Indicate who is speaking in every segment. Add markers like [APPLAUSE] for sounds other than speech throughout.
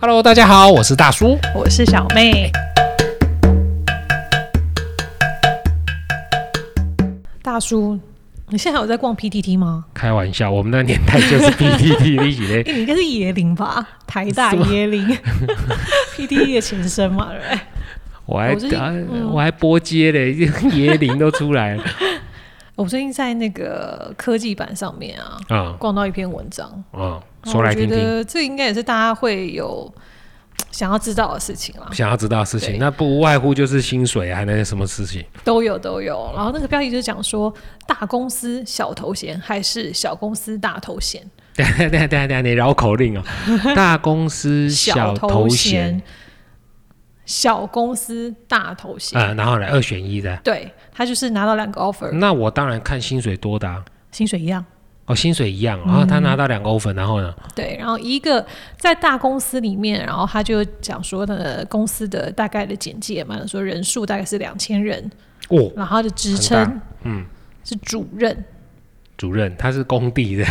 Speaker 1: Hello，大家 [LAUGHS] 好，我是大叔。
Speaker 2: 我是小妹。大叔，你现在有在逛 PTT 吗？
Speaker 1: 开玩笑，我们那个年代就是 PPT 一起嘞 [LAUGHS]
Speaker 2: 哎、，你应该是椰林吧？台大
Speaker 1: 是吗
Speaker 2: 椰林 [LAUGHS] ，PTT 的前身嘛，对不对？
Speaker 1: 我还
Speaker 2: 我最近
Speaker 1: 啊
Speaker 2: 嗯
Speaker 1: 我还播接嘞， [LAUGHS] 椰林都出来了
Speaker 2: 我最近在那个科技版上面啊，
Speaker 1: 啊
Speaker 2: 逛到一篇文章，
Speaker 1: 啊，
Speaker 2: 然后
Speaker 1: 说来听
Speaker 2: 我觉
Speaker 1: 听，
Speaker 2: 得这应该也是大家会有想要知道的事情啦，
Speaker 1: 想要知道的事情，
Speaker 2: 对
Speaker 1: 那不无外乎就是薪水啊，还能什么事情？
Speaker 2: 都有都有。然后那个标题就是讲说，大公司小头衔还是小公司大头衔？
Speaker 1: 等一下等一下等一下等一下，你绕口 [LAUGHS] 令哦，大公司小头衔，
Speaker 2: 小公司大头衔。
Speaker 1: 啊，然后来二选一的，
Speaker 2: 对他就是拿到两个 offer，、
Speaker 1: 那我当然看薪水多的啊，
Speaker 2: 薪水一样。
Speaker 1: 哦，薪水一样哦，然后他拿到两个 offer，然后呢，
Speaker 2: 对，然后一个在大公司里面，然后他就讲说呢，公司的大概的简介嘛，说人数大概是两千人，
Speaker 1: 哦，
Speaker 2: 然后他的职
Speaker 1: 很
Speaker 2: 称
Speaker 1: 嗯，
Speaker 2: 是主任， [LAUGHS]
Speaker 1: 主任他是工地的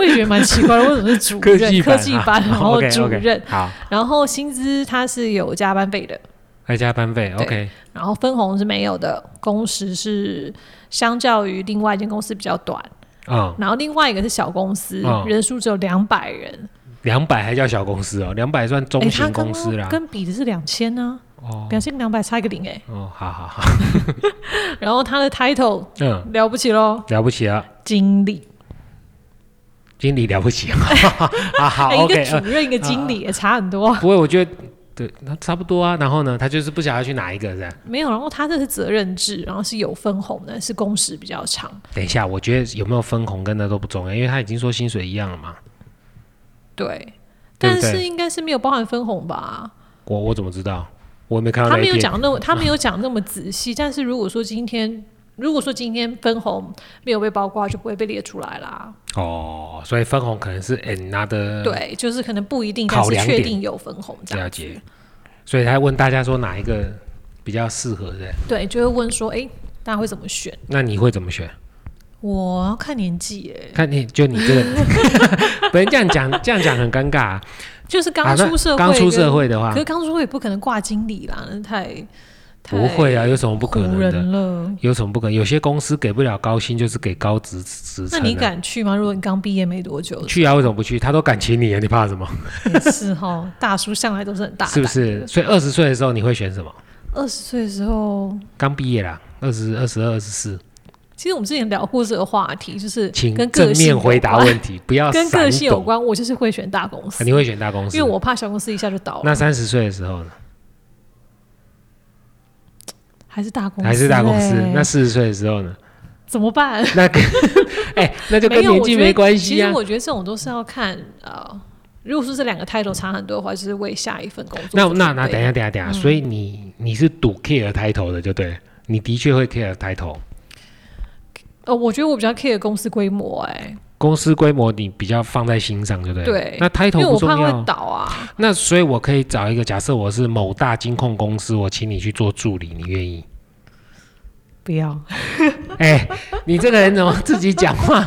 Speaker 2: 我也觉得蛮奇怪的，为什么是主
Speaker 1: 科
Speaker 2: 任？
Speaker 1: 技
Speaker 2: 科
Speaker 1: 版
Speaker 2: 技
Speaker 1: 啊
Speaker 2: 班，然后
Speaker 1: [LAUGHS] OK，OK，
Speaker 2: 主任，
Speaker 1: 好。
Speaker 2: 然后薪资他是有加班费的，
Speaker 1: 还加班费
Speaker 2: 对
Speaker 1: ，OK，
Speaker 2: 然后分红是没有的，工时是相较于另外一间公司比较短，
Speaker 1: 嗯，
Speaker 2: 然后另外一个是小公司，
Speaker 1: 嗯
Speaker 2: 人数只有两百人，
Speaker 1: 两百还叫小公司哦，两百算中
Speaker 2: 诶他
Speaker 1: 型
Speaker 2: 刚
Speaker 1: 公司
Speaker 2: 刚
Speaker 1: 啦。
Speaker 2: 跟比的是两千呢，
Speaker 1: 哦
Speaker 2: 两千两百差一个零哎、
Speaker 1: 哦，好好
Speaker 2: [LAUGHS]
Speaker 1: 好，
Speaker 2: 然后他的 title
Speaker 1: 嗯，
Speaker 2: 了不起喽，
Speaker 1: 了不起了，
Speaker 2: 经理，
Speaker 1: 经理了不起，啊 [LAUGHS] 好好
Speaker 2: 哎诶一个
Speaker 1: ，OK，
Speaker 2: 主
Speaker 1: 呃
Speaker 2: 任一个经理也差很多，
Speaker 1: 不会，我觉得对，那差不多啊。然后呢，他就是不想要去哪一个是吧？
Speaker 2: 没有，然后他这是责任制，然后是有分红的，是工时比较长，
Speaker 1: 等一下，我觉得有没有分红跟那都不重要，因为他已经说薪水一样了嘛。
Speaker 2: 对，
Speaker 1: 对不
Speaker 2: 但
Speaker 1: 对
Speaker 2: 是应该是没有包含分红吧？
Speaker 1: 我我怎么知道？我没看到
Speaker 2: 他
Speaker 1: 那
Speaker 2: 没有
Speaker 1: 一天。
Speaker 2: 讲那么，他没有讲那么仔细，但是如果说今天。如果说今天分红没有被包括，就不会被列出来啦。
Speaker 1: 哦，所以分红可能是 another
Speaker 2: 对，就是可能不一定，
Speaker 1: 嗯
Speaker 2: 但
Speaker 1: 考
Speaker 2: 是
Speaker 1: 量
Speaker 2: 确
Speaker 1: 点
Speaker 2: 定有分红这
Speaker 1: 了
Speaker 2: 样。
Speaker 1: 解，所以他问大家说哪一个比较适合的，
Speaker 2: 对，就会问说，哎、大家会怎么选？
Speaker 1: 那你会怎么选？
Speaker 2: 我要看年纪，哎，
Speaker 1: 看你就你这个， [LAUGHS] 不然这样讲，这样讲很尴尬啊、
Speaker 2: 就是
Speaker 1: 啊
Speaker 2: 刚
Speaker 1: 那
Speaker 2: 出社会，
Speaker 1: 刚出社，会啊的话
Speaker 2: 可，是刚出社会也不可能挂经理啦，那太太
Speaker 1: 不会啊，有什么不可
Speaker 2: 唬
Speaker 1: 能的？
Speaker 2: 人了。
Speaker 1: 有什么不可能？有些公司给不了高薪，就是给高职职
Speaker 2: 那
Speaker 1: 称、
Speaker 2: 你
Speaker 1: 啊。，
Speaker 2: 敢去吗？如果你刚毕业没多久
Speaker 1: [LAUGHS] 去啊？为什么不去？他都敢请你啊了，你怕什么？
Speaker 2: 也是哈，大叔向来都是很大
Speaker 1: [LAUGHS]
Speaker 2: 胆。
Speaker 1: 是不是？所以二十岁的时候你会选什么？
Speaker 2: 二十岁的时候，
Speaker 1: 刚毕业啦，二十二、十二、二十四，
Speaker 2: 其实我们之前聊过这个话题，就是
Speaker 1: 请
Speaker 2: 跟个
Speaker 1: 正
Speaker 2: 性
Speaker 1: 面
Speaker 2: 有
Speaker 1: 回答
Speaker 2: 关，
Speaker 1: 问题，不要
Speaker 2: 跟个
Speaker 1: 闪
Speaker 2: 性有
Speaker 1: 躲。
Speaker 2: 关。我就是会选大公
Speaker 1: 啊，
Speaker 2: 司
Speaker 1: 你会选大公司？
Speaker 2: 因为我怕小公司一下就倒
Speaker 1: 那
Speaker 2: 了，
Speaker 1: 三十岁的时候呢？
Speaker 2: 还是大公司、
Speaker 1: 还是大公司？
Speaker 2: 哎
Speaker 1: 那四十岁的时候呢？
Speaker 2: 怎么办？
Speaker 1: 那跟哎、那 [LAUGHS] 就跟
Speaker 2: 没有，
Speaker 1: 年
Speaker 2: 我
Speaker 1: 纪
Speaker 2: 觉得
Speaker 1: 没关系
Speaker 2: 其
Speaker 1: 啊
Speaker 2: 实。我觉得这种都是要看呃，如果说这两个 title 差很多的话，就是为下一份工作
Speaker 1: 那
Speaker 2: 做准备。
Speaker 1: 那那等一下等一下等
Speaker 2: 嗯
Speaker 1: 一下，所以你你是赌 care 抬头的，就对了，你的确会 care 抬头。
Speaker 2: 呃，我觉得我比较 care 公司规模、哎，
Speaker 1: 公司规模你比较放在心上，对不对？
Speaker 2: 对
Speaker 1: 那
Speaker 2: 因
Speaker 1: title
Speaker 2: 为
Speaker 1: 不
Speaker 2: 我
Speaker 1: 重
Speaker 2: 怕会
Speaker 1: 要。
Speaker 2: 倒啊。
Speaker 1: 那所以我可以找一个，假设我是某大金控公司，我请你去做助理，你愿意？
Speaker 2: 不要，
Speaker 1: 哎、
Speaker 2: 啊
Speaker 1: 你这个人怎么自己讲
Speaker 2: [LAUGHS]
Speaker 1: 话，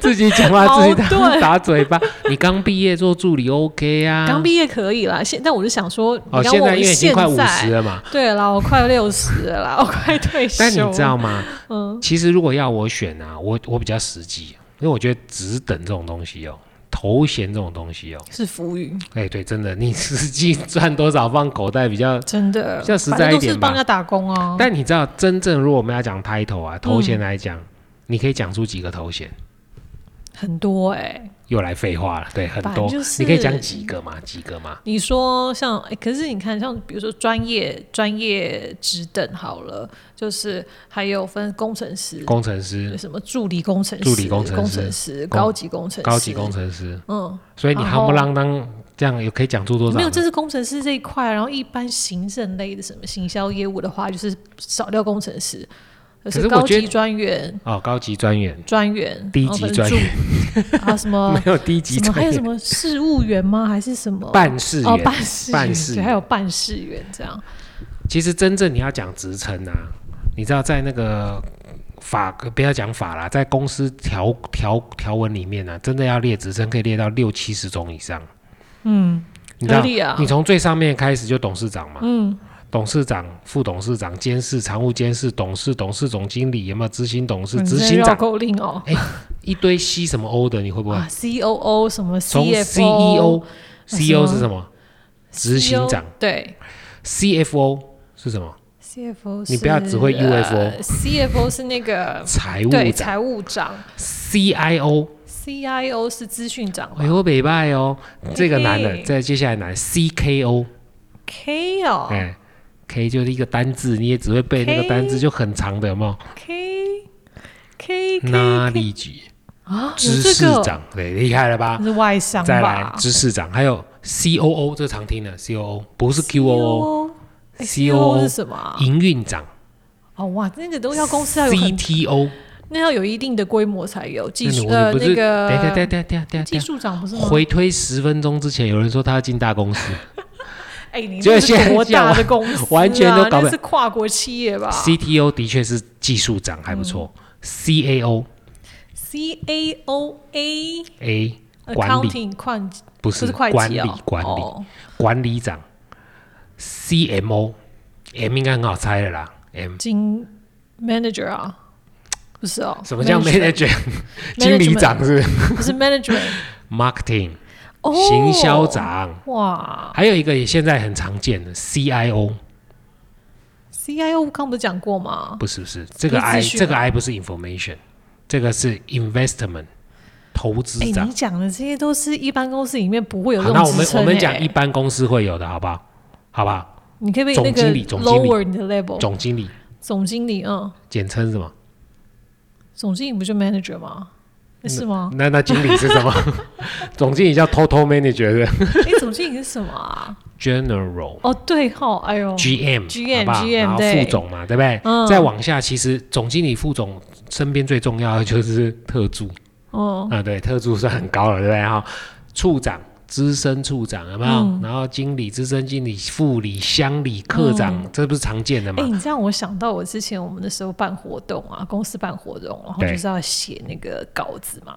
Speaker 1: 自己讲话自己
Speaker 2: 矛
Speaker 1: 打
Speaker 2: 盾
Speaker 1: 打嘴巴？你刚毕业做助理 OK 啊？
Speaker 2: 刚毕业可以啦，现但我就想说，
Speaker 1: 哦，
Speaker 2: 你要
Speaker 1: 现
Speaker 2: 问
Speaker 1: 在
Speaker 2: 我
Speaker 1: 因为已经
Speaker 2: 现
Speaker 1: 快五十了嘛，
Speaker 2: 对啦，我快六十了啦，我 [LAUGHS] 快退休。
Speaker 1: 但你知道吗？
Speaker 2: 嗯
Speaker 1: 其实如果要我选啊，我我比较实际，啊因为我觉得职等这种东西哦，头衔这种东西哦，
Speaker 2: 是浮云，
Speaker 1: 哎、对，真的，你实际赚多少放口袋比较。
Speaker 2: 真的，
Speaker 1: 比较实在
Speaker 2: 反正
Speaker 1: 一点
Speaker 2: 都是帮
Speaker 1: 吧
Speaker 2: 人家打工啊。
Speaker 1: 但你知道，真正如果我们要讲 title 啊，头衔来
Speaker 2: 嗯
Speaker 1: 讲，你可以讲出几个头衔？
Speaker 2: 很多哎、
Speaker 1: 又来废话了，对，很
Speaker 2: 反
Speaker 1: 多，
Speaker 2: 正就是
Speaker 1: 你可以讲几个嘛？几个嘛？
Speaker 2: 你说像，诶可是你看，像比如说专业专业职等好了，就是还有分工程师，
Speaker 1: 工程师、
Speaker 2: 什么助理工程师、
Speaker 1: 助理工程师
Speaker 2: 师
Speaker 1: 工
Speaker 2: 高级工程师、
Speaker 1: 高级工程师，
Speaker 2: 嗯，
Speaker 1: 所以你
Speaker 2: 然
Speaker 1: 夯
Speaker 2: 后
Speaker 1: 不啷当这样，也可以讲出多少
Speaker 2: 哦没有，
Speaker 1: 呢？
Speaker 2: 这是工程师这一块。然后一般行政类的什么行销业务的话，就是少掉工程师，而
Speaker 1: 可是我
Speaker 2: 高
Speaker 1: 觉得
Speaker 2: 级专员、
Speaker 1: 哦，高级专员，
Speaker 2: 专员、
Speaker 1: 低级专
Speaker 2: 员，啊
Speaker 1: [LAUGHS]
Speaker 2: 什么
Speaker 1: 没有低级
Speaker 2: 什么，还
Speaker 1: 专员
Speaker 2: 有什，么事务员吗？还是什么？
Speaker 1: 办事
Speaker 2: 哦，
Speaker 1: 员，
Speaker 2: 办事
Speaker 1: 办
Speaker 2: 员，
Speaker 1: 事
Speaker 2: 对，还
Speaker 1: 员
Speaker 2: 有办事员这样。
Speaker 1: 其实真正你要讲职称啊，你知道在那个法不要讲法啦，在公司条条条文里面呢、啊，真的要列职称可以列到六七十种以上。嗯，你知
Speaker 2: 合
Speaker 1: 道，
Speaker 2: 理啊
Speaker 1: 你，从最上面开始就董事长嘛，
Speaker 2: 嗯，
Speaker 1: 董事长、副董事长、监事、常务监事、董事、董事总经理，有没有执行董事、
Speaker 2: 嗯你
Speaker 1: 执
Speaker 2: 这
Speaker 1: 行
Speaker 2: 绕
Speaker 1: 长？
Speaker 2: 口令哦，
Speaker 1: 一堆 C 什么 O 的，你会不会
Speaker 2: 啊？，COO 什么
Speaker 1: 嗯从 E
Speaker 2: CFO
Speaker 1: CEO、CEO
Speaker 2: 什么
Speaker 1: 是什么？执行长。
Speaker 2: 对
Speaker 1: CFO E 是什么？
Speaker 2: ，CFO
Speaker 1: 你不要只会 UFO
Speaker 2: UFO，CFO 是那个
Speaker 1: 财
Speaker 2: 对
Speaker 1: 务长。
Speaker 2: 财务长
Speaker 1: CIO，
Speaker 2: ，CIO 是资讯长吧
Speaker 1: 哎呦，北拜哦，这个难
Speaker 2: 嘿
Speaker 1: 了。
Speaker 2: 嘿
Speaker 1: 再接下来难，CKO，
Speaker 2: ，K 哦
Speaker 1: 哎，K 就是一个单字，你也只会背那
Speaker 2: K
Speaker 1: 个单字，就很长的，有没有？
Speaker 2: ，K K K
Speaker 1: 那里局
Speaker 2: 啊，有
Speaker 1: 知
Speaker 2: 这
Speaker 1: 识
Speaker 2: 个哦
Speaker 1: 长，对，厉害了吧？
Speaker 2: 是外商
Speaker 1: 再来
Speaker 2: 吧，
Speaker 1: 知识长，还有 COO，这个常听的 COO，不是 QOO，
Speaker 2: COO E 哎
Speaker 1: COO
Speaker 2: 是什么啊？
Speaker 1: 营运长
Speaker 2: 哦哇，那个都要公司要有很，
Speaker 1: ，CTO。
Speaker 2: 那要有一定的规模才有技术
Speaker 1: 那
Speaker 2: 呃
Speaker 1: 我不
Speaker 2: 那
Speaker 1: 是，等一下，等一下，
Speaker 2: 个
Speaker 1: 等一下，等一下，等
Speaker 2: 技
Speaker 1: 一
Speaker 2: 术长不是
Speaker 1: 下，
Speaker 2: 吗？
Speaker 1: 回推十分钟之前，有人说他要进大公
Speaker 2: [LAUGHS]
Speaker 1: 司
Speaker 2: 哎，你
Speaker 1: 结
Speaker 2: 这
Speaker 1: 果
Speaker 2: 是
Speaker 1: 现在
Speaker 2: 多
Speaker 1: 这样
Speaker 2: 大的
Speaker 1: 完
Speaker 2: 公司啊？
Speaker 1: 完全都搞不
Speaker 2: 那
Speaker 1: 了
Speaker 2: 是跨国企业吧
Speaker 1: ，CTO 的确是技术长，还不错，CAO
Speaker 2: ？C A O A
Speaker 1: A 管理
Speaker 2: 呃 accounting 会计
Speaker 1: 不
Speaker 2: 不
Speaker 1: 是
Speaker 2: 是会
Speaker 1: 管理
Speaker 2: 计啊？
Speaker 1: 管理
Speaker 2: 哦
Speaker 1: 管理长，CMO M 应该很好猜的啦，M
Speaker 2: 经 manager 啊，不是哦？
Speaker 1: 什么叫
Speaker 2: management？
Speaker 1: manager 经理长是不是
Speaker 2: 不是
Speaker 1: [LAUGHS]
Speaker 2: management
Speaker 1: marketing
Speaker 2: 哦，
Speaker 1: 行销长，
Speaker 2: 哇
Speaker 1: 还有一个也现在很常见的 CIO，
Speaker 2: ，CIO 刚不是讲过吗？
Speaker 1: 不是不是这个
Speaker 2: 不是
Speaker 1: I
Speaker 2: 资讯
Speaker 1: 这个 I 不是 information，这个是 investment 投资
Speaker 2: 哎，
Speaker 1: 长
Speaker 2: 你。讲的这些都是一般公司里面不会有
Speaker 1: 好，
Speaker 2: 这
Speaker 1: 那
Speaker 2: 种
Speaker 1: 我
Speaker 2: 职
Speaker 1: 们
Speaker 2: 称
Speaker 1: 我们
Speaker 2: 哎
Speaker 1: 讲一，般公司会有的，好不好？好不好？
Speaker 2: 你可以被那
Speaker 1: 总
Speaker 2: 个
Speaker 1: 经理总经理
Speaker 2: lower 你的 level，
Speaker 1: 总经理，
Speaker 2: 总经理，嗯，
Speaker 1: 简称什么？
Speaker 2: 总经理不就 manager 吗？
Speaker 1: [LAUGHS]
Speaker 2: 是吗？
Speaker 1: 那那经理是什么？总经理叫 Total Manager 的
Speaker 2: 哎，总经理是什么啊？
Speaker 1: General
Speaker 2: 哦，对哈，哎呦，
Speaker 1: GM
Speaker 2: GM
Speaker 1: 好不好
Speaker 2: GM
Speaker 1: 然后
Speaker 2: 对
Speaker 1: 副总嘛，对不对？
Speaker 2: 嗯
Speaker 1: 再往下，其实总经理、副总身边最重要的就是特助
Speaker 2: 哦，
Speaker 1: 啊，对，特助算很高了，对不对？哈，处长。资深处长有没有？
Speaker 2: 嗯
Speaker 1: 然后经理、资深经理、副理、乡里、科长，这不是常见的
Speaker 2: 哎、
Speaker 1: 吗？
Speaker 2: 你这样我想到我之前我们的时候办活动啊，公司办活动，然后
Speaker 1: 对
Speaker 2: 就是要写那个稿子嘛，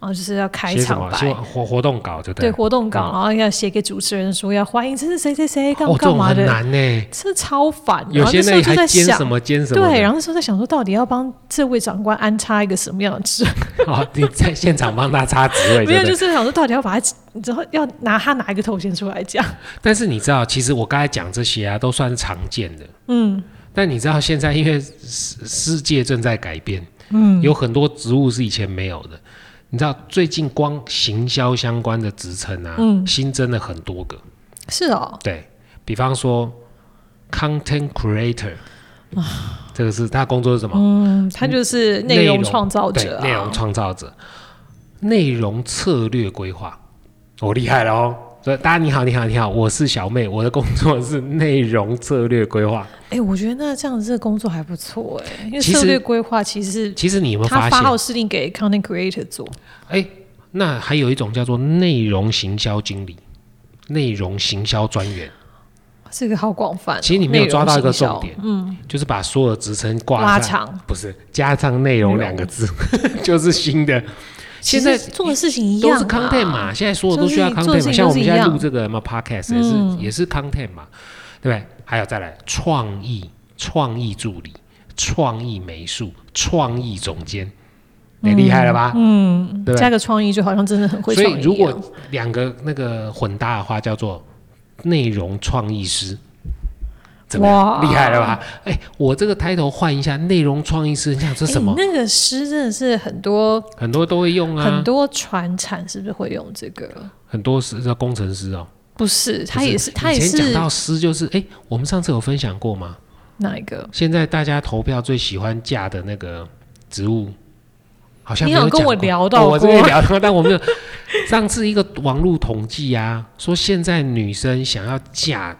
Speaker 2: 然后就是要开
Speaker 1: 写什
Speaker 2: 哎场
Speaker 1: 么？
Speaker 2: 白，
Speaker 1: 写活活动稿就对
Speaker 2: 对
Speaker 1: 了。
Speaker 2: 活动稿，
Speaker 1: 嗯
Speaker 2: 然后要写给主持人说要欢迎这是谁谁谁干
Speaker 1: 哦，这
Speaker 2: 干
Speaker 1: 种
Speaker 2: 嘛
Speaker 1: 很
Speaker 2: 的，
Speaker 1: 难呢、
Speaker 2: 这超烦。
Speaker 1: 有些
Speaker 2: 然
Speaker 1: 那
Speaker 2: 后那时候就
Speaker 1: 还
Speaker 2: 在
Speaker 1: 兼什
Speaker 2: 想。
Speaker 1: 么兼什么的，
Speaker 2: 对，然后那时候在想说，到底要帮这位长官安插一个什么样的职？
Speaker 1: 哦，你在现场帮他插职位，
Speaker 2: [LAUGHS] 没
Speaker 1: 对
Speaker 2: 有，
Speaker 1: 不
Speaker 2: 就
Speaker 1: 对？
Speaker 2: 是想说，到底要把他，你知道要拿他哪一个头衔出来讲？
Speaker 1: 但是你知道，其实我刚才讲这些啊，都算是常见的。
Speaker 2: 嗯，
Speaker 1: 但你知道，现在因为世世界正在改变，
Speaker 2: 嗯，
Speaker 1: 有很多职务是以前没有的。你知道，最近光行销相关的职称啊，
Speaker 2: 嗯
Speaker 1: 新增了很多个。
Speaker 2: 是哦，
Speaker 1: 对比方说，content creator，、这
Speaker 2: 啊
Speaker 1: 个是他工作是什么？
Speaker 2: 嗯，他就是内
Speaker 1: 内
Speaker 2: 容
Speaker 1: 容
Speaker 2: 创造
Speaker 1: 对
Speaker 2: 者、啊，
Speaker 1: 内容创造者，内容策略规划，我、厉害了哦！所以大家你好，你好，你好，我是小妹，我的工作是内容策略规划。
Speaker 2: 哎、我觉得那这样子这个工作还不错哎、因为
Speaker 1: 其
Speaker 2: 策
Speaker 1: 实
Speaker 2: 略规划其实是
Speaker 1: 其实你有没有
Speaker 2: 他
Speaker 1: 发
Speaker 2: 发
Speaker 1: 现？
Speaker 2: 号施令给 content creator 做，
Speaker 1: 哎，那还有一种叫做内容行销经理。内容行销专员，
Speaker 2: 这个好广泛哦、
Speaker 1: 其实你没有抓到一个重点
Speaker 2: 内容行销，嗯，
Speaker 1: 就是把所有职称挂
Speaker 2: 拉
Speaker 1: 上，
Speaker 2: 长。
Speaker 1: 不是加上内容两个字， [LAUGHS] 就是新的。现在
Speaker 2: 其实做的事情一
Speaker 1: 都
Speaker 2: 样、啊，
Speaker 1: 是 content 嘛，现在所有
Speaker 2: 就
Speaker 1: 都需要
Speaker 2: 是做的
Speaker 1: content
Speaker 2: 事
Speaker 1: 嘛，
Speaker 2: 情
Speaker 1: 像
Speaker 2: 都
Speaker 1: 我
Speaker 2: 是
Speaker 1: 们
Speaker 2: 一
Speaker 1: 现在录
Speaker 2: 样嗯
Speaker 1: 这个嘛 podcast 也是、也是 content 嘛，对不对？还有再来创意、创意助理、创意美术、创意总监，你、厉害了吧？
Speaker 2: 嗯，
Speaker 1: 对不对
Speaker 2: 加个创意就好像真的很会
Speaker 1: 所
Speaker 2: 创意一哦
Speaker 1: 以
Speaker 2: 样。
Speaker 1: 如果两个那个混搭的话，叫做内容创意师。怎么样？
Speaker 2: 哇
Speaker 1: 厉害了吧？哎，我这个 title 换一下，内容创意师，你想这
Speaker 2: 哎
Speaker 1: 什么？
Speaker 2: 那个诗真的是很多、
Speaker 1: 很多都会用啊，
Speaker 2: 很多传产是不是会用这个？
Speaker 1: 很多是叫工程师哦。
Speaker 2: 不是，他也是，他
Speaker 1: 以
Speaker 2: 也
Speaker 1: 前讲
Speaker 2: 是
Speaker 1: 到诗，就是哎、诶我们上次有分享过吗？
Speaker 2: 哪一个？
Speaker 1: 现在大家投票最喜欢嫁的那个植物，好像
Speaker 2: 你
Speaker 1: 没有
Speaker 2: 好像跟
Speaker 1: 讲
Speaker 2: 我
Speaker 1: 过
Speaker 2: 聊
Speaker 1: 哦
Speaker 2: 到
Speaker 1: 我这
Speaker 2: 过
Speaker 1: 边聊到，但我没有。上次一个网络统计啊，说现在女生想要嫁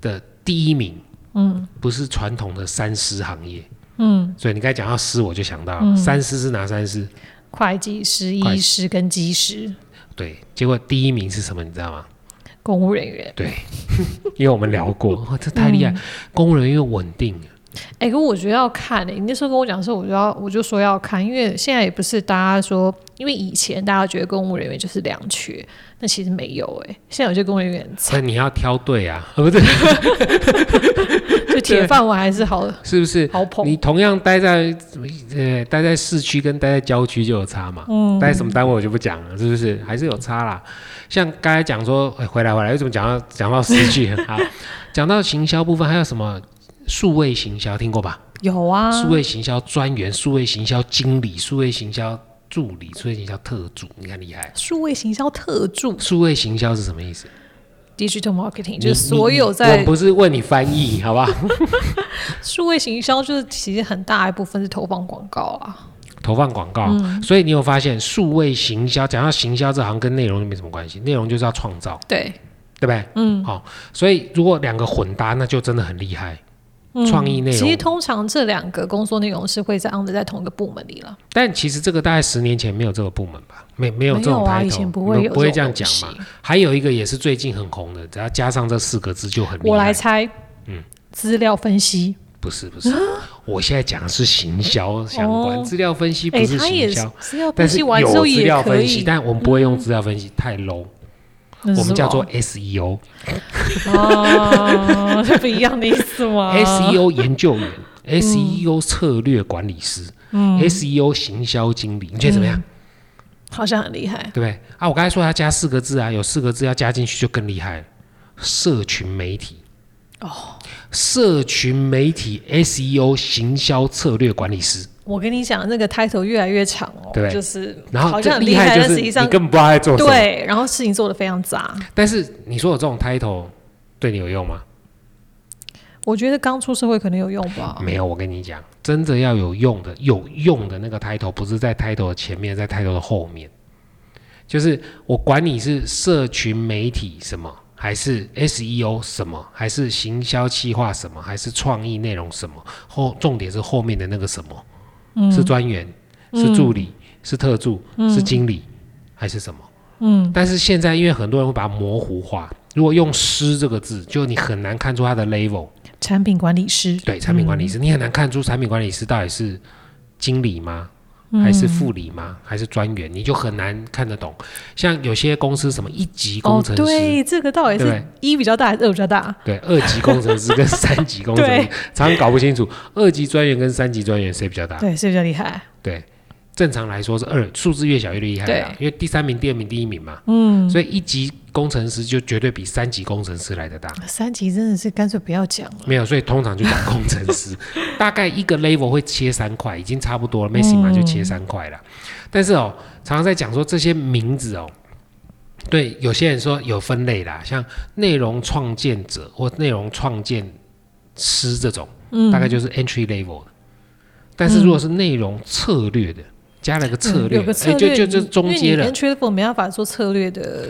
Speaker 1: 的第一名，嗯，不是传统的三师行业，嗯，所以你刚才讲到师，我就想到、
Speaker 2: 嗯
Speaker 1: 三师是哪三师？
Speaker 2: 会计师、
Speaker 1: 会
Speaker 2: 医
Speaker 1: 计
Speaker 2: 师跟技师、
Speaker 1: 对，结果第一名是什么？你知道吗？
Speaker 2: 公务人员。哦
Speaker 1: 嗯对，因为我们聊过，哇这太厉害，公务人员稳定，
Speaker 2: 哎、可我觉得要看欸诶、你那时候跟我讲的时候，我就要我就说要看，因为现在也不是大家说，因为以前大家觉得公务人员就是良缺，那其实没有诶、现在有些公务人员 [LAUGHS] 很
Speaker 1: 那
Speaker 2: 惨，
Speaker 1: 你要挑对 [LAUGHS] 啊，不是？
Speaker 2: 就铁饭碗还是好
Speaker 1: 是不是？
Speaker 2: 好捧
Speaker 1: 你。同样待在呃待在市区跟待在郊区就有差嘛，嗯，待什么单位我就不讲了，是不是？还是有差啦。像刚才讲说，哎、回来回来，为什么讲到讲到市区
Speaker 2: [LAUGHS]
Speaker 1: 好，讲到行销部分，还有什么数位行销听过吧？
Speaker 2: 有啊，
Speaker 1: 数位行销专员、数位行销经理、数位行销助理、数位行销特助，你看厉害。
Speaker 2: 数位行销特助
Speaker 1: 数位行销是什么意思？
Speaker 2: （digital marketing）
Speaker 1: 你
Speaker 2: 就是所有
Speaker 1: 我
Speaker 2: 在
Speaker 1: 不是问你翻译，好不好？
Speaker 2: 数位行销，就是其实很大一部分是投放广告啊。
Speaker 1: 投放广告，
Speaker 2: 嗯
Speaker 1: 所以你有发现数位行销，讲到行销这行跟内容就没什么关系，内容就是要创造，
Speaker 2: 对，
Speaker 1: 对不对？嗯，好、所以如果两个混搭，那就真的很厉害，创、意内
Speaker 2: 嗯其实
Speaker 1: 容。
Speaker 2: 通常这两个工作内容是会在 under 在同一个部门里了。
Speaker 1: 但其实这个大概十年前没有这个部门吧，没没有这种
Speaker 2: 啊，
Speaker 1: 抬
Speaker 2: 以
Speaker 1: 头，
Speaker 2: 前不会有
Speaker 1: 不会
Speaker 2: 种
Speaker 1: 这样讲
Speaker 2: 东
Speaker 1: 嘛
Speaker 2: 西。。
Speaker 1: 还有一个也是最近很红的，只要加上这四个字就很厉害。
Speaker 2: 我来猜，
Speaker 1: 嗯
Speaker 2: 资料分析，
Speaker 1: 不是不是，我现在讲的是行销相关，
Speaker 2: 哦
Speaker 1: 资料分析不
Speaker 2: 啊哎，
Speaker 1: 是
Speaker 2: 他
Speaker 1: 行
Speaker 2: 也
Speaker 1: 销。
Speaker 2: 是资料分
Speaker 1: 但是
Speaker 2: 析
Speaker 1: 有
Speaker 2: 完之后
Speaker 1: 资
Speaker 2: 也
Speaker 1: 料
Speaker 2: 可
Speaker 1: 分析，
Speaker 2: 以，嗯
Speaker 1: 但我们不会用资料分析，太 low。
Speaker 2: 那是
Speaker 1: 我们叫做 E
Speaker 2: 什
Speaker 1: SEO，SEO
Speaker 2: 么哦，这不一样的意思
Speaker 1: [LAUGHS]
Speaker 2: 吗
Speaker 1: 哎 E 研究
Speaker 2: [LAUGHS]
Speaker 1: 员、s
Speaker 2: 嗯
Speaker 1: e o 策略管理师、SEO 行销经理，你觉得怎么
Speaker 2: 嗯
Speaker 1: 样？
Speaker 2: 好像很厉害
Speaker 1: 对不对？啊，我刚才说要加四个字啊，有四个字要加进去就更厉害了。社群媒体哦，社群媒体 SEO 行销策略管理师，
Speaker 2: 我跟你讲，那个 title 越来越长哦，
Speaker 1: 对
Speaker 2: 就是
Speaker 1: 然后
Speaker 2: 好
Speaker 1: 这
Speaker 2: 像很
Speaker 1: 厉
Speaker 2: 厉害，
Speaker 1: 就是
Speaker 2: 但实际
Speaker 1: 你
Speaker 2: 上
Speaker 1: 根本不知道在做什么。
Speaker 2: 对，然后事情做得非常杂。
Speaker 1: 但是你说我这种 title 对你有用吗？
Speaker 2: 我觉得刚出社会可能有用吧。
Speaker 1: 没有，我跟你讲，真的要有用的，有用的那个 title 不是在 title 的前面，在 title 的后面。就是我管你是社群媒体什么，还是 SEO 什么，还是行销企划什么，还是创意内容什么，后重点是后面的那个什么，是专员，是助理，是特助，是经理，还是什么？嗯，但是现在因为很多人会把它模糊化，如果用“师”这个字，就你很难看出它的 level。
Speaker 2: 产品管理师，
Speaker 1: 对，产品管理
Speaker 2: 嗯
Speaker 1: 师，你很难看出产品管理师到底是经理吗？还
Speaker 2: 嗯
Speaker 1: 是副理吗？还是专员？你就很难看得懂。像有些公司什么一级工
Speaker 2: 哦，
Speaker 1: 程师，
Speaker 2: 对，这个到底
Speaker 1: 对啊
Speaker 2: 是一比较大还是二比较大？
Speaker 1: 对二级工程师跟三级工程师
Speaker 2: 对，
Speaker 1: [LAUGHS] 常常搞不清楚二级专员跟三级专员谁比较大。
Speaker 2: 对，谁比较厉害？
Speaker 1: 对，正常来说是二，数字越小越厉害啦
Speaker 2: 对，
Speaker 1: 因为第三名、第二名、第一名嘛。嗯，所以一级工程师就绝对比三级工程师来的大。
Speaker 2: 三级真的是干脆不要讲了。
Speaker 1: 没有，所以通常就讲工程师，大概一个 level 会切三块，已经差不多了。Messi 嘛就
Speaker 2: 嗯
Speaker 1: 切三块了。但是哦，常常在讲说这些名字哦，对有些人说有分类啦，像内容创建者或内容创建师这种，
Speaker 2: 嗯
Speaker 1: 大概就是 entry level 的。但是如果是内容策略的，加了个策略，
Speaker 2: 嗯有个策
Speaker 1: 哎，
Speaker 2: 略，
Speaker 1: 就就就中间
Speaker 2: 因为
Speaker 1: 了
Speaker 2: 你。跟 level 没办法做策略的，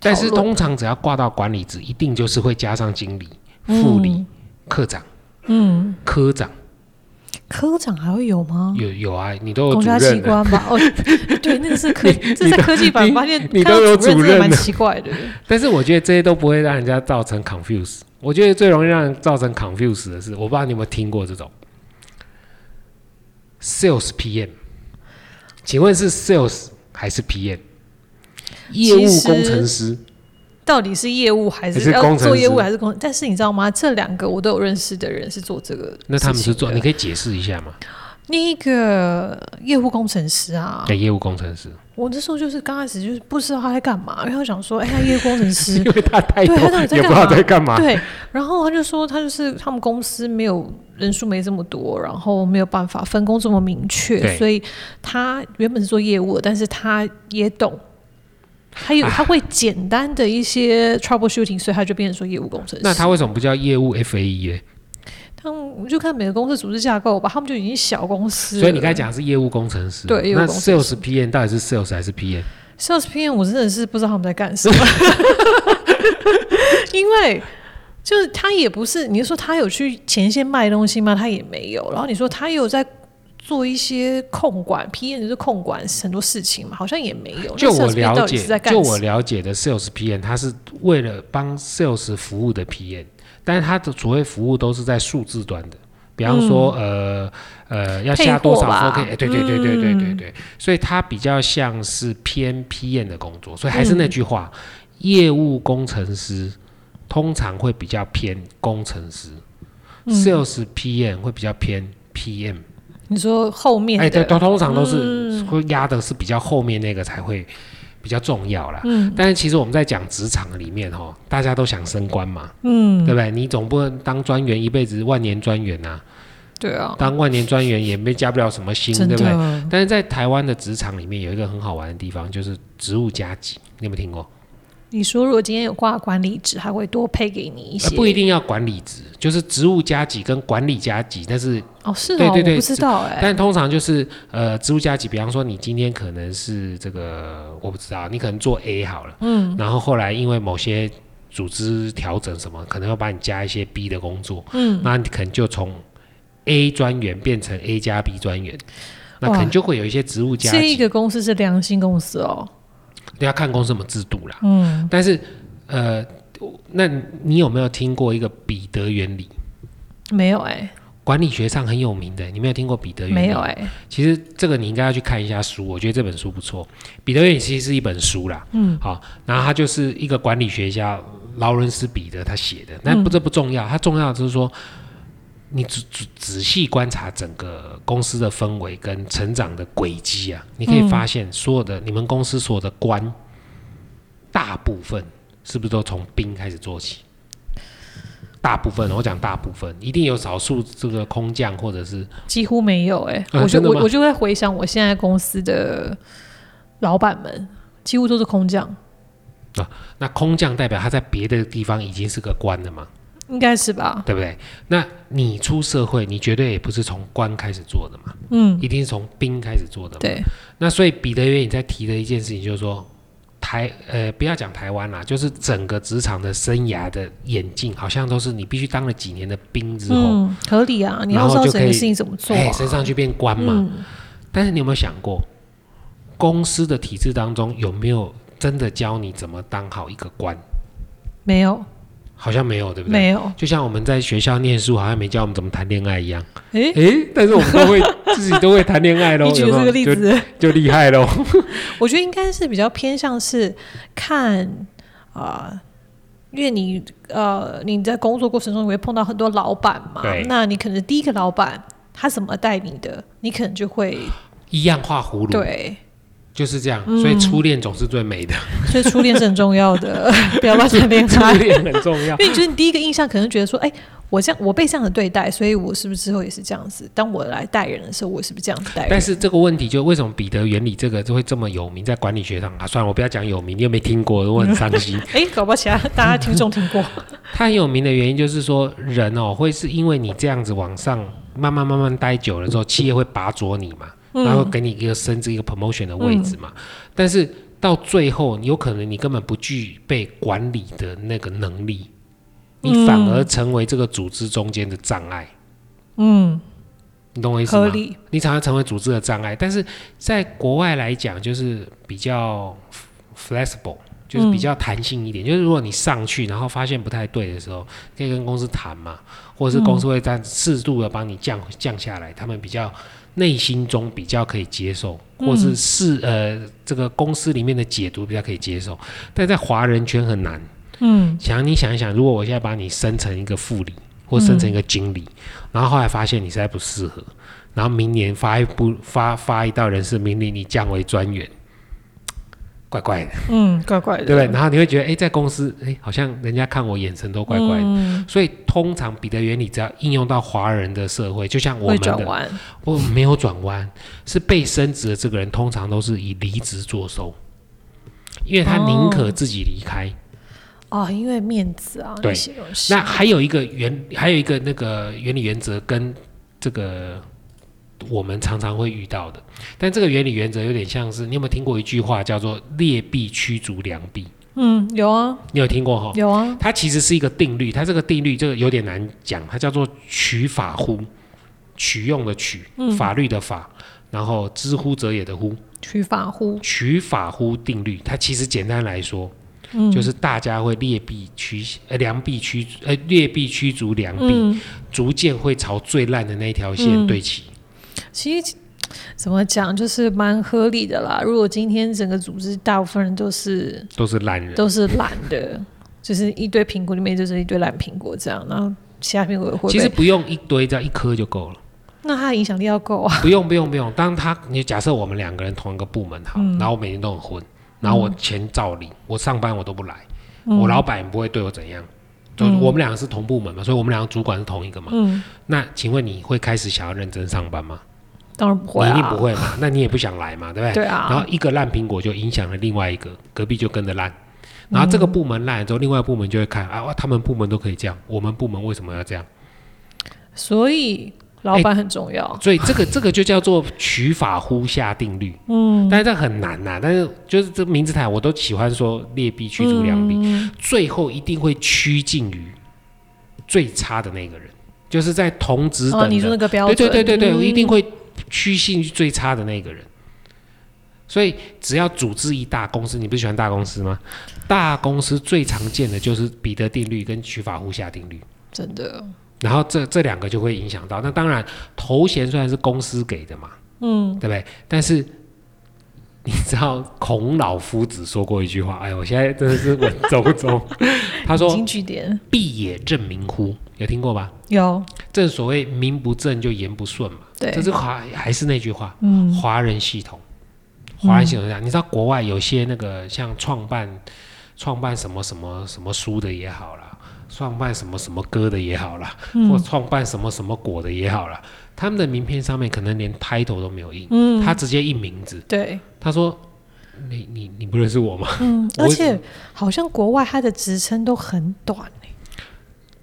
Speaker 1: 但是
Speaker 2: 讨论
Speaker 1: 通常只要挂到管理职，一定就是会加上经理、副理、科长、嗯、科长。
Speaker 2: 科长还会有吗？
Speaker 1: 有有啊，你都有
Speaker 2: 嗯公
Speaker 1: 主
Speaker 2: 家机
Speaker 1: 任了，
Speaker 2: 关吧？
Speaker 1: [LAUGHS]
Speaker 2: 哦，对，那个是科，这在科技版
Speaker 1: 你
Speaker 2: 发现
Speaker 1: 你
Speaker 2: 看
Speaker 1: 都有
Speaker 2: 到主任
Speaker 1: 主
Speaker 2: 真的
Speaker 1: 任
Speaker 2: 蛮
Speaker 1: 了
Speaker 2: 奇怪的。
Speaker 1: 欸但是我觉得这些都不会让人家造成 confuse。我觉得最容易让人造成 confuse 的是，我不知道你有没有听过这种 sales PM，请问是 sales 还是 PM？业务
Speaker 2: 其实
Speaker 1: 工程师
Speaker 2: 到底是业务还
Speaker 1: 还是
Speaker 2: 是要
Speaker 1: 工程
Speaker 2: 做业务
Speaker 1: 师
Speaker 2: 还是工？但是你知道吗？这两个我都有认识的人是做这个事情的。
Speaker 1: 那他们是做，你可以解释一下吗？
Speaker 2: 那个业务工程师啊，
Speaker 1: 对，业务工程师，
Speaker 2: 我那时候就是刚开始就是不知道他在干嘛，然后想说，哎、他业务工程师
Speaker 1: 因，为他太多
Speaker 2: 对他到底在
Speaker 1: 也不知
Speaker 2: 干
Speaker 1: 道
Speaker 2: 嘛
Speaker 1: 在干嘛。
Speaker 2: 对，然后他就说他就是他们公司没有人数没这么多，然后没有办法分工这么明
Speaker 1: 对
Speaker 2: 确，所以他原本是做业务的，但是他也懂。
Speaker 1: [LAUGHS]
Speaker 2: 还有
Speaker 1: 啊
Speaker 2: 他会简单的一些 troubleshooting，所以他就变成说业务工程师。
Speaker 1: 那他为什么不叫业务 FAE 呢？
Speaker 2: 他们我就看每个公司组织架构吧，他们就已经小公司了。
Speaker 1: 所以你刚才讲的是业务工程师，
Speaker 2: 对业务
Speaker 1: 那
Speaker 2: 工程
Speaker 1: sales
Speaker 2: 师
Speaker 1: PM 到底是 sales 还是 PM？
Speaker 2: sales PM，我真的是不知道他们在干什么， [LAUGHS] 因为就是他也不是，你说他有去前线卖东西吗？他也没有。然后你说他也有在做一些控管，PM 就是控管很多事情嘛，好像也没有。
Speaker 1: 就
Speaker 2: 那
Speaker 1: 我
Speaker 2: sales PM
Speaker 1: 了
Speaker 2: 到底是
Speaker 1: 解
Speaker 2: 在，干
Speaker 1: 就
Speaker 2: 什
Speaker 1: 我
Speaker 2: 么？
Speaker 1: 了解的 sales PM，他是为了帮 sales 服务的 PM，但是他的所谓服务都是在数字端的，比方说、呃呃要下多少
Speaker 2: 嗯配货吧
Speaker 1: 4K，哎、对对对对对对
Speaker 2: 嗯
Speaker 1: 对，所以它比较像是偏 PM 的工作，所以还是
Speaker 2: 嗯
Speaker 1: 那句话，业务工程师通常会比较偏工程师、s
Speaker 2: 嗯
Speaker 1: a l e s PM 会比较偏 PM。
Speaker 2: 你说后面
Speaker 1: 哎，对，
Speaker 2: 的，嗯
Speaker 1: 都通常都是会压的是比较后面那个才会比较重要啦。
Speaker 2: 嗯
Speaker 1: 但是其实我们在讲职场里面哦，大家都想升官嘛，
Speaker 2: 嗯，
Speaker 1: 对不对？你总不能当专员一辈子万年专员呐、
Speaker 2: 对啊，
Speaker 1: 当万年专员也没加不了什么薪，
Speaker 2: 真
Speaker 1: 对不对？
Speaker 2: 的，
Speaker 1: 但是在台湾的职场里面有一个很好玩的地方，就是职务加级，你有没有听过？
Speaker 2: 你说如果今天有挂管理职，还会多配给你一
Speaker 1: 呃
Speaker 2: 些，
Speaker 1: 不一定要管理职，就是职务加级跟管理加级，但是
Speaker 2: 哦，是哦，
Speaker 1: 对对对
Speaker 2: 我不知道哎，
Speaker 1: 但通常就是呃，职务加级，比方说你今天可能是这个，我不知道，你可能做 A 好了，嗯，然后后来因为某些组织调整什么，可能要把你加一些 B 的工作，嗯，那你可能就从 A 专员变成 A 加 B 专员，那
Speaker 2: 哇
Speaker 1: 可能就会有一些职务加
Speaker 2: 这
Speaker 1: 级，
Speaker 2: 一个公司是良心公司哦，
Speaker 1: 对要看公司怎么制度啦。
Speaker 2: 嗯，
Speaker 1: 但是呃，那你有没有听过一个彼得原理？
Speaker 2: 没有哎，
Speaker 1: 管理学上很有名的，你没有听过彼得原理？
Speaker 2: 没有哎，
Speaker 1: 其实这个你应该要去看一下书，我觉得这本书不错。彼得原理其实是一本书啦，嗯，好，然后它就是一个管理学家劳伦斯彼得他写的，但不这不重要，它重要的就是说。你仔仔仔细观察整个公司的氛围跟成长的轨迹啊，你可以发现所有的、你们公司所有的官，大部分是不是都从兵开始做起？大部分我讲大部分，一定有少数这个空降或者是
Speaker 2: 几乎没有哎，
Speaker 1: 啊
Speaker 2: 我就
Speaker 1: 真的
Speaker 2: 我
Speaker 1: 吗
Speaker 2: 我就在回想我现在公司的老板们，几乎都是空降，
Speaker 1: 那空降代表他在别的地方已经是个官了嘛，
Speaker 2: 应该是吧？
Speaker 1: 对不对？那你出社会，你绝对也不是从官开始做的嘛，
Speaker 2: 嗯，
Speaker 1: 一定是从兵开始做的嘛。
Speaker 2: 对，
Speaker 1: 那所以彼得原理在提的一件事情就是说，台呃不要讲台湾啦，就是整个职场的生涯的演进，好像都是你必须当了几年的兵之后，
Speaker 2: 嗯，合理啊，你
Speaker 1: 然
Speaker 2: 要
Speaker 1: 后
Speaker 2: 知道
Speaker 1: 就
Speaker 2: 整
Speaker 1: 可
Speaker 2: 个
Speaker 1: 以
Speaker 2: 事情怎么做、
Speaker 1: 哎、
Speaker 2: 啊，
Speaker 1: 升上去变官嘛。
Speaker 2: 嗯，
Speaker 1: 但是你有没有想过，公司的体制当中有没有真的教你怎么当好一个官？
Speaker 2: 没有，
Speaker 1: 好像没有，对不对？
Speaker 2: 没有，
Speaker 1: 就像我们在学校念书，好像没教我们怎么谈恋爱一样。
Speaker 2: 诶
Speaker 1: 诶，但是我们都会自己都会谈恋爱喽。
Speaker 2: [LAUGHS] 你举的
Speaker 1: 哎有没有
Speaker 2: 这个例
Speaker 1: 就
Speaker 2: 子，
Speaker 1: 就厉害喽。
Speaker 2: 我觉得应该是比较偏向是看啊、呃因为你呃你在工作过程中你会碰到很多老板嘛
Speaker 1: 对，
Speaker 2: 那你可能第一个老板他怎么带你的，你可能就会
Speaker 1: 一样画葫芦，
Speaker 2: 对，
Speaker 1: 就是这样。所以初恋总是最美的，
Speaker 2: 所以初恋是很重要
Speaker 1: [LAUGHS]
Speaker 2: 的，不要乱谈恋
Speaker 1: 初
Speaker 2: 爱，
Speaker 1: 恋很重要
Speaker 2: 因。为你觉得你第一个印象可能觉得说，哎、我这样，我被这样的对待，所以我是不是之后也是这样子？当我来带人的时候，我是不是这样子带
Speaker 1: [LAUGHS]
Speaker 2: 人？
Speaker 1: 但是这个问题就为什么彼得原理这个就会这么有名，在管理学上啊？算了，我不要讲有名，你又没听过，我很伤心。
Speaker 2: 哎、搞不好其他大家听众听
Speaker 1: [LAUGHS]
Speaker 2: 过，
Speaker 1: 它很有名的原因就是说，人哦会是因为你这样子往上慢慢慢慢待久了之后，企业会拔擢你嘛，然后给你一个升职一个 promotion 的位置嘛。但是到最后，有可能你根本不具备管理的那个能力，你反而成为这个组织中间的障碍。
Speaker 2: 嗯，
Speaker 1: 你懂我意思吗？
Speaker 2: 合理，
Speaker 1: 你常常成为组织的障碍。但是在国外来讲，就是比较 flexible，就是比较弹性一点。就是如果你上去，然后发现不太对的时候，可以跟公司谈嘛，或者是公司会在适度的帮你降降下来，他们比较内心中比较可以接受，或是是呃这个公司里面的解读比较可以接受。但在华人圈很难。
Speaker 2: 嗯，
Speaker 1: 想你想一想，如果我现在把你升成一个副理或升成一个经理，然后后来发现你实在不适合，然后明年发一部发发一道人事命令，你降为专员，怪怪的，
Speaker 2: 嗯，怪怪的，
Speaker 1: 对不对？然后你会觉得，哎，在公司，哎，好像人家看我眼神都怪怪的。
Speaker 2: 嗯
Speaker 1: 所以通常彼得原理只要应用到华人的社会，就像我
Speaker 2: 会
Speaker 1: 们
Speaker 2: 转
Speaker 1: 的，
Speaker 2: 弯，
Speaker 1: 我没有转弯，是被升职的这个人通常都是以离职作收，因为他宁可自己离开。
Speaker 2: 哦，因为面子啊，
Speaker 1: 对
Speaker 2: 那些东西
Speaker 1: 那还有一个原，还有一个那个原理原则跟这个我们常常会遇到的，但这个原理原则有点像是，你有没有听过一句话叫做“劣币驱逐良币
Speaker 2: 嗯，有啊，”？
Speaker 1: 你有听过哈？
Speaker 2: 有啊，
Speaker 1: 它其实是一个定律，它这个定律这个有点难讲，它叫做“取法乎”，取用的取，
Speaker 2: 嗯
Speaker 1: 法律的法，然后知乎者也的乎，
Speaker 2: 取法乎，
Speaker 1: 取法乎定律。它其实简单来说，
Speaker 2: 嗯
Speaker 1: 就是大家会劣币驱呃良币驱呃劣币驱逐良币，
Speaker 2: 嗯，
Speaker 1: 逐渐会朝最烂的那一条线
Speaker 2: 嗯
Speaker 1: 对齐。
Speaker 2: 其实怎么讲就是蛮合理的啦。如果今天整个组织大部分人都是
Speaker 1: 都是烂人，
Speaker 2: 都是懒的， [LAUGHS] 就是一堆苹果里面就是一堆烂苹果这样，然后其他苹果也会被。
Speaker 1: 其实不用一堆，这样一颗就够了。
Speaker 2: [LAUGHS] 那它的影响力要够啊。 [LAUGHS]
Speaker 1: 不用不用不用，当他你假设我们两个人同一个部门好，
Speaker 2: 嗯
Speaker 1: 然后我每天都很混，然后我钱照领，我上班我都不来，
Speaker 2: 嗯
Speaker 1: 我老板也不会对我怎样。就我们两个是同部门嘛，所以我们两个主管是同一个嘛。
Speaker 2: 嗯，
Speaker 1: 那请问你会开始想要认真上班吗？
Speaker 2: 当然不会
Speaker 1: 你
Speaker 2: 啊，
Speaker 1: 一定不会嘛，那你也不想来嘛，对不对？
Speaker 2: 对啊，
Speaker 1: 然后一个烂苹果就影响了另外一个，隔壁就跟着烂。然后这个部门烂了之后，另外部门就会看啊，哇他们部门都可以这样，我们部门为什么要这样？
Speaker 2: 所以老板很重要。
Speaker 1: 所以这
Speaker 2: [LAUGHS]
Speaker 1: 个这个就叫做取法乎下定律。嗯，但是这很难呐、但是就是这名字台我都喜欢说劣币驱逐良币，
Speaker 2: 嗯
Speaker 1: 最后一定会趋近于最差的那个人，就是在同职等
Speaker 2: 哦，
Speaker 1: 哎的、
Speaker 2: 你说那个标
Speaker 1: 对
Speaker 2: 准，
Speaker 1: 对对对对，
Speaker 2: 嗯
Speaker 1: 我一定会趋近于最差的那个人。所以只要组织一大公司，你不是喜欢大公司吗？大公司最常见的就是彼得定律跟取法乎下定律。
Speaker 2: 真的，
Speaker 1: 然后这这两个就会影响到。那当然，头衔虽然是公司给的嘛，嗯，对不对？但是你知道孔老夫子说过一句话，哎呦，我现在真的是文绉绉。
Speaker 2: [LAUGHS]
Speaker 1: 他说
Speaker 2: 金句点
Speaker 1: “必也正名乎”，有听过吧？
Speaker 2: 有
Speaker 1: 正所谓名不正就言不顺嘛，
Speaker 2: 对
Speaker 1: 这，是华还是那句话，嗯，华人系统，华人系统是这
Speaker 2: 嗯
Speaker 1: 样，你知道国外有些那个像创办创办什么什么什么书的也好啦，创办什么什么歌的也好啦，
Speaker 2: 嗯
Speaker 1: 或创办什么什么果的也好啦，他们的名片上面可能连 title 都没有印，
Speaker 2: 嗯，
Speaker 1: 他直接印名字，
Speaker 2: 对，
Speaker 1: 他说你你你不认识我吗？
Speaker 2: 嗯，
Speaker 1: 我
Speaker 2: 而且好像国外它的职称都很短欸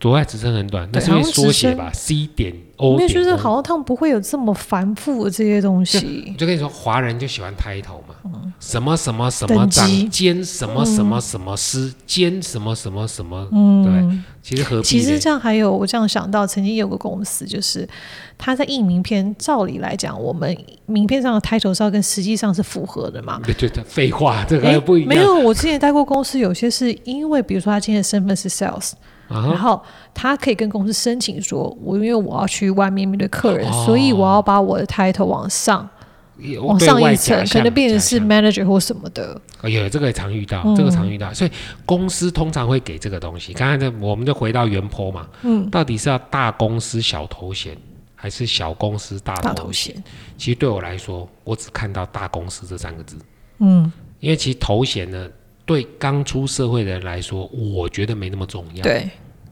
Speaker 1: 国外职称很短，那
Speaker 2: 对
Speaker 1: 是因为
Speaker 2: 好像
Speaker 1: 缩写
Speaker 2: 职称
Speaker 1: 吧，C 点 O
Speaker 2: 因为
Speaker 1: 点
Speaker 2: 就是
Speaker 1: O
Speaker 2: 好像他们不会有这么繁复的这些东西
Speaker 1: 我，就跟你说，华人就喜欢 title 嘛，
Speaker 2: 嗯
Speaker 1: 什么什么什么
Speaker 2: 等级
Speaker 1: 长兼什么什么什么师兼什么什么什么，
Speaker 2: 嗯，
Speaker 1: 其实何必呢？
Speaker 2: 其实这样还有我这样想到，曾经有个公司就是他在印名片，照理来讲，我们名片上的 title 是要跟实际上是符合的嘛，
Speaker 1: 对对对，废话，这
Speaker 2: 诶
Speaker 1: 个嗯不一
Speaker 2: 没
Speaker 1: 样
Speaker 2: 有，我之前待过公司，有些是因为，比如说他今天的身份是 sales，、
Speaker 1: 啊
Speaker 2: 然
Speaker 1: 哈。
Speaker 2: 后他可以跟公司申请说，我因为我要去外面面对客人，
Speaker 1: 哦
Speaker 2: 所以我要把我的 title 往上，
Speaker 1: 也
Speaker 2: 往
Speaker 1: 对
Speaker 2: 哦上
Speaker 1: 外
Speaker 2: 一
Speaker 1: 假
Speaker 2: 层，
Speaker 1: 象
Speaker 2: 可能变成是
Speaker 1: 假
Speaker 2: 嗯
Speaker 1: 象
Speaker 2: manager 或什么的。
Speaker 1: 哦有这个也常遇到，这个常遇到，所以公司通常会给这个东西。刚才这我们就回到原坡嘛，嗯，到底是要大公司小头衔，还是小公司大
Speaker 2: 大
Speaker 1: 头
Speaker 2: 头
Speaker 1: 衔？
Speaker 2: 衔，
Speaker 1: 其实对我来说，我只看到大公司这三个字。
Speaker 2: 嗯，
Speaker 1: 因为其实头衔呢，对刚出社会的人来说，我觉得没那么重要。，
Speaker 2: 对，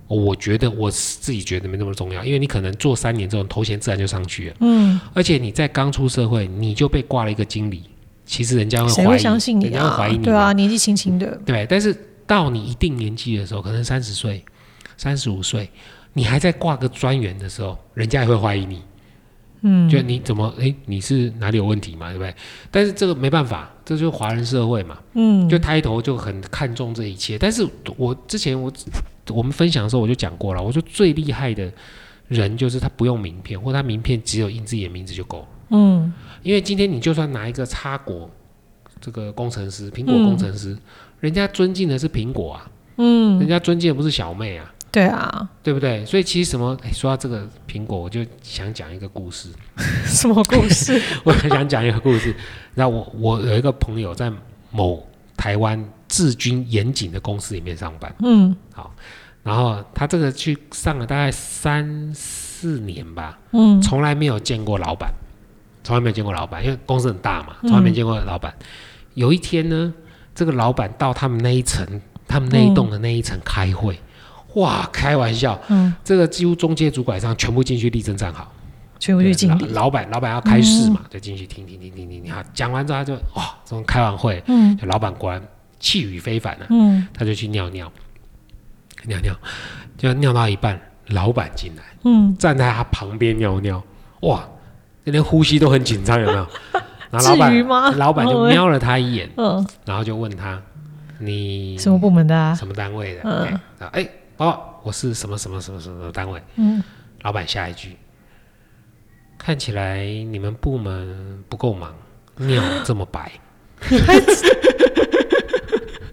Speaker 1: 我觉得我自己觉得没那么重要，因为你可能做三年之后，头衔自然就上去了。
Speaker 2: 嗯，
Speaker 1: 而且你在刚出社会，你就被挂了一个经理，其实人家会怀疑，
Speaker 2: 谁会相信你
Speaker 1: 人家会
Speaker 2: 啊
Speaker 1: 怀疑？你
Speaker 2: 对
Speaker 1: 嘛
Speaker 2: 啊，，年纪轻轻的，
Speaker 1: 对。但是到你一定年纪的时候，可能三十岁、三十五岁，你还在挂个专员的时候，人家也会怀疑你。
Speaker 2: 嗯，
Speaker 1: 就你怎么诶，你是哪里有问题嘛，对不对？但是这个没办法，这就是华人社会嘛，
Speaker 2: 嗯，
Speaker 1: 就抬头就很看重这一切。但是我之前我我们分享的时候我就讲过了，我说最厉害的人就是他不用名片，或他名片只有印自己的名字就够了。
Speaker 2: 嗯，
Speaker 1: 因为今天你就算拿一个插果这个工程师，苹果工程师，人家尊敬的是苹果啊，嗯，人家尊敬的不是小妹啊。
Speaker 2: 对
Speaker 1: [LAUGHS]
Speaker 2: 啊，
Speaker 1: 对不对？所以其实什么，哎，说到这个苹果，我就想讲一个故事。
Speaker 2: 什么故事？
Speaker 1: [LAUGHS] 我很想讲一个故事。那我我有一个朋友在某台湾治军严谨的公司里面上班，
Speaker 2: 嗯
Speaker 1: 然后他这个去上了大概三四年吧，
Speaker 2: 嗯
Speaker 1: 从来没有见过老板，从来没有见过老板，因为公司很大嘛，
Speaker 2: 嗯
Speaker 1: 从来没见过老板。有一天呢，这个老板到他们那一层，他们那一栋的那一层开会，哇，开玩笑，
Speaker 2: 嗯，
Speaker 1: 这个几乎中介主管以上全部进去立正站好。
Speaker 2: [LAUGHS] 全部
Speaker 1: 对啊
Speaker 2: 去经理，
Speaker 1: 老老板老板要开市嘛，就进去听听听听听听，好，讲完之后他就哇，这种开完会，
Speaker 2: 嗯
Speaker 1: 就老板果然气宇非凡了、
Speaker 2: 嗯
Speaker 1: 他就去尿尿，尿尿，就尿到一半，老板进来，
Speaker 2: 嗯，
Speaker 1: 站在他旁边尿尿，哇，连呼吸都很紧张，有没有？然后老
Speaker 2: 至于
Speaker 1: 板
Speaker 2: 吗
Speaker 1: 老板就
Speaker 2: 嗯
Speaker 1: 瞄了他一眼，
Speaker 2: 嗯，
Speaker 1: 然后就问他，你
Speaker 2: 什么部门的啊？
Speaker 1: 什么单位的？
Speaker 2: 嗯
Speaker 1: 哎、然后哎，哦，我是什么什么什么什么什么单位。
Speaker 2: 嗯，
Speaker 1: 老板下一句，看起来你们部
Speaker 2: [LAUGHS]
Speaker 1: 门不够忙，尿这么白，
Speaker 2: 太